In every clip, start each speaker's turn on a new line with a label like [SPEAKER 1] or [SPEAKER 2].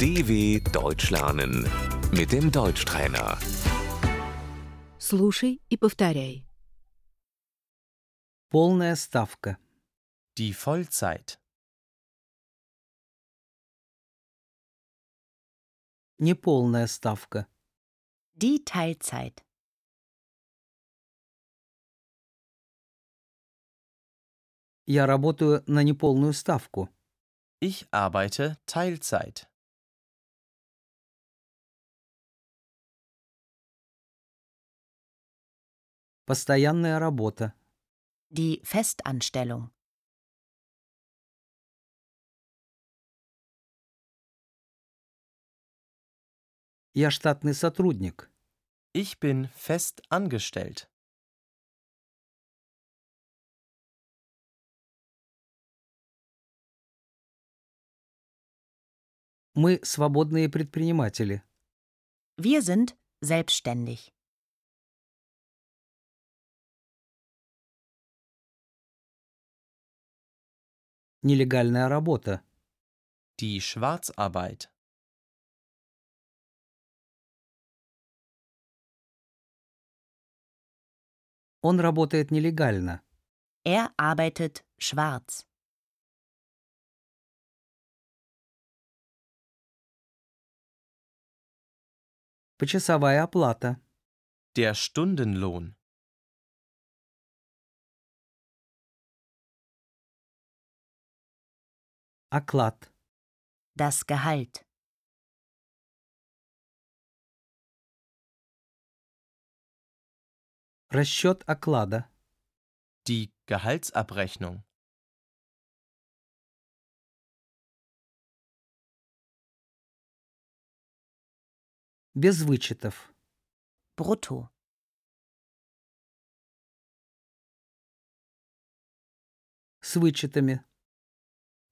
[SPEAKER 1] DW Deutsch lernen mit dem Deutschtrainer.
[SPEAKER 2] Слушай и повторяй.
[SPEAKER 3] Полная ставка.
[SPEAKER 4] Die Vollzeit.
[SPEAKER 3] Неполная ставка.
[SPEAKER 2] Die Teilzeit.
[SPEAKER 3] Я работаю на неполную ставку.
[SPEAKER 4] Ich arbeite Teilzeit.
[SPEAKER 3] Постоянная работа.
[SPEAKER 2] Die Festanstellung.
[SPEAKER 3] Я штатный сотрудник.
[SPEAKER 4] Ich bin fest angestellt.
[SPEAKER 3] Мы свободные предприниматели.
[SPEAKER 2] Wir sind selbstständig.
[SPEAKER 3] Нелегальная работа.
[SPEAKER 4] Die Schwarzarbeit.
[SPEAKER 3] Он работает нелегально.
[SPEAKER 2] Er arbeitet schwarz.
[SPEAKER 3] Почасовая оплата.
[SPEAKER 4] Der Stundenlohn.
[SPEAKER 3] Оклад.
[SPEAKER 2] Das Gehalt.
[SPEAKER 3] Расчет оклада.
[SPEAKER 4] Die Gehaltsabrechnung.
[SPEAKER 3] Без вычетов.
[SPEAKER 2] Brutto.
[SPEAKER 3] С вычетами.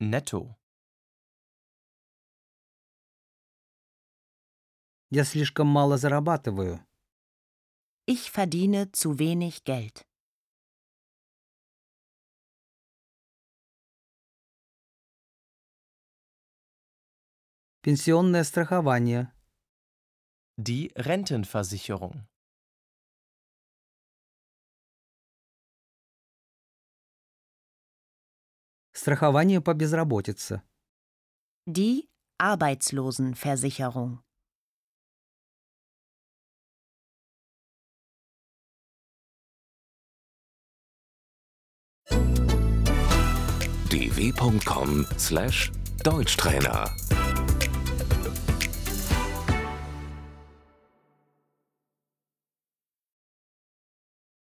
[SPEAKER 4] Netto.
[SPEAKER 3] Я слишком мало зарабатываю.
[SPEAKER 2] Ich verdiene zu wenig Geld.
[SPEAKER 3] Пенсионное страхование.
[SPEAKER 4] Die Rentenversicherung.
[SPEAKER 3] Страхование по безработице.
[SPEAKER 2] Die Arbeitslosenversicherung.
[SPEAKER 1] dw.com/deutschtrainer